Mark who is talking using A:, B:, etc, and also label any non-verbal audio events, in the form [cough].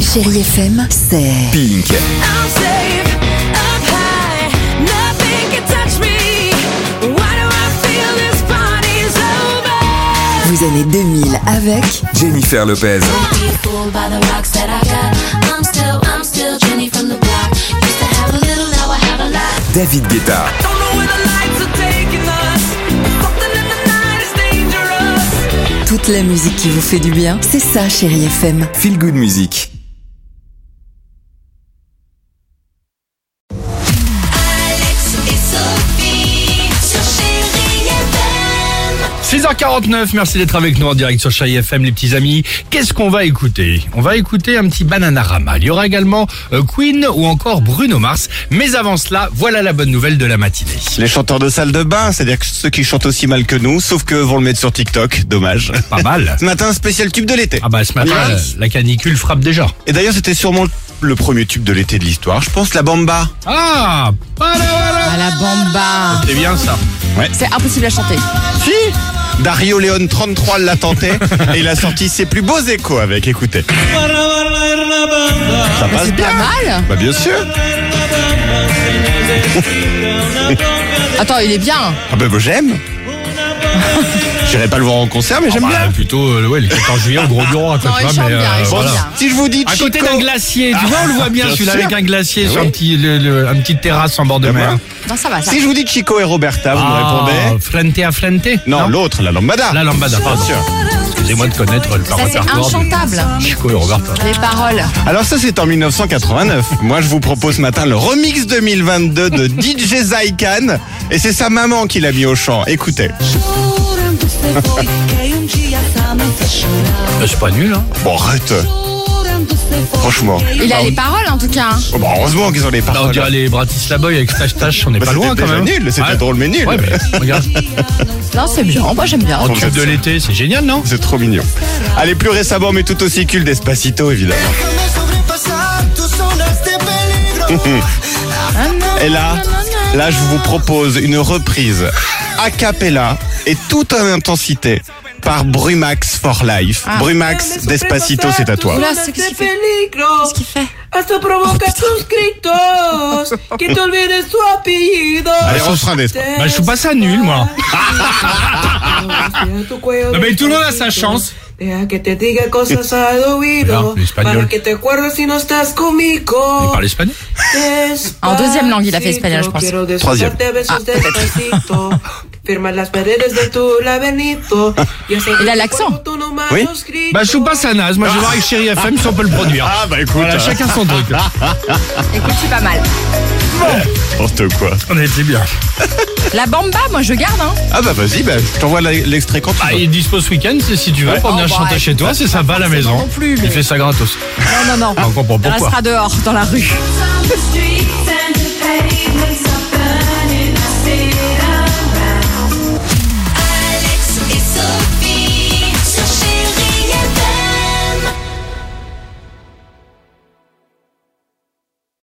A: Chérie FM, c'est
B: Pink.
C: I'm safe, up high, nothing can touch me. Why do I feel this party's over?
A: Vous années 2000 avec
B: Jennifer Lopez.
D: be fooled by the rocks that I got. I'm still, I'm still Jenny from the block. Used to have a little, now I have a lot.
B: David Guetta.
C: Don't know where the lights are taking us. Something in the night is dangerous.
A: toute la musique qui vous fait du bien. C'est ça, Chérie FM.
B: Feel Good Music.
D: Alex et Sophie sur Chéri FM.
E: 6h49, merci d'être avec nous en direct sur Chai FM, les petits amis. Qu'est-ce qu'on va écouter On va écouter un petit Bananarama. Il y aura également euh, Queen ou encore Bruno Mars. Mais avant cela, voilà la bonne nouvelle de la matinée.
F: Les chanteurs de salle de bain, c'est-à-dire que ceux qui chantent aussi mal que nous, sauf que vont le mettre sur TikTok, dommage.
E: [laughs] Pas mal.
F: Ce matin, spécial tube de l'été.
E: Ah bah ce matin, la, la canicule frappe déjà.
F: Et d'ailleurs, c'était sûrement le premier tube de l'été de l'histoire, je pense, la Bamba.
E: Ah
G: À la bamba.
E: C'est bien ça.
G: C'est impossible à chanter.
F: Si Dario Leon 33 l'a tenté
E: [laughs]
F: et il a sorti ses plus beaux échos avec, écoutez.
E: Ah,
F: Ça passe
G: C'est pas
F: bien
G: mal.
F: Bah bien sûr
G: Attends, il est bien.
F: Ah bah,
E: [laughs]
F: bah, j'aime J'irai pas le voir en concert, mais j'aime
E: Ah bah,
F: bien
E: Plutôt, euh, ouais, le 14 juillet, au gros bureau à
G: Non, il chante bien,
E: euh,
G: il chante bien.
F: Si je vous dis
E: À côté
F: Chico-
E: d'un glacier, tu vois, on le voit bien,
F: bien
E: celui-là,
F: sûr.
E: avec un glacier
F: Ah
E: sur un
F: oui.
E: petit, le- le- un petit terrasse en bord de
F: Ah
E: mer.
F: bah.
G: Non, ça va, ça.
F: Si je vous dis Chico et Roberta, vous me répondez
E: Flante à flante
F: Non, l'autre, la lambada.
E: Ah. La lambada, pardon.
F: Bien sûr.
E: Excusez-moi de connaître le
G: Ça, c'est
E: répertoire de
G: inchantable.
E: Chico et Roberta.
G: Les paroles.
F: Alors ça c'est en 1989. Moi je vous propose ce matin le remix 2022 de DJ Zaykan et c'est sa maman qui l'a mis au chant. Écoutez.
C: Chorando
D: [laughs]
C: se foi, que um dia essa noite chorar.
E: C'est pas nul, hein
F: Bon arrête.
C: Chorando se foi.
F: Franchement.
G: Il a
F: Bah,
G: les paroles en tout cas. hein.
F: oh, bah, heureusement qu'ils ont les
E: Là, on
F: paroles.
E: dirait les Bratislavoy avec Stache Tache, on est
F: Bah,
E: pas
F: c'était
E: loin quand
F: déjà
E: même.
F: nul, c'était
E: Ouais.
F: drôle mais nul.
E: Ouais, mais regarde,
G: Non, c'est bien. Moi, j'aime bien.
E: en
F: Vous
E: tube
F: êtes-
E: de l'été, c'est génial, non
F: C'est trop mignon. Allez plus récemment mais tout aussi cool d'Espacito évidemment. Et là, là je vous propose une reprise a cappella et toute en intensité par Brumax for Life.
G: Ah.
F: Brumax d'Espacito c'est à toi.
G: Oula, c'est qu'est-ce qu'il fait
H: peligro.
G: Qu'est-ce qu'il fait
H: Hasta provoca suscriptores que te olvides su apellido.
F: Allez, refrain d'Espacito.
E: Bah, je trouve pas ça nul, moi.
H: Non,
E: Non, mais tout le monde a sa chance.
H: Deja que te diga cosas al oído.
E: Hola, en español.
H: Para que te acuerdes si no estás
E: Il
H: conmigo.
E: parle espagnol
G: En deuxième langue, il a fait espagnol, je pense.
H: Quiero
F: Troisième.
E: "Ah,
H: desnudarte besos despacito. Firma las paredes de tu
E: [laughs]
H: laberinto. Y hacer
G: Il a
H: que tu
G: l'accent.
H: cuerpo tú no más
F: Oui.
H: nos gritos.
E: Bah, je trouve pas ça naze. Moi, je vais voir avec Chéri FM si on peut le produire.
F: Ah bah écoute,
E: Voilà,
F: hein,
E: chacun son truc.
G: Écoute, c'est pas mal.
F: n'importe quoi.
E: On était bien.
G: La bamba, moi, je garde. Hein.
F: Ah bah vas-y, bah, je t'envoie la- l'extrait quand tu
E: Ah,
F: veux.
E: il est dispo ce week-end, c'est si tu veux, pour venir
G: Oh, bah,
E: chanter
G: ouais.
E: chez toi, c'est sympa à la maison.
G: non plus, mais-
E: Il fait ça gratos.
G: Non, non, non.
E: On comprend
G: Elle
E: pourquoi.
G: restera dehors, dans la rue.
D: From the street.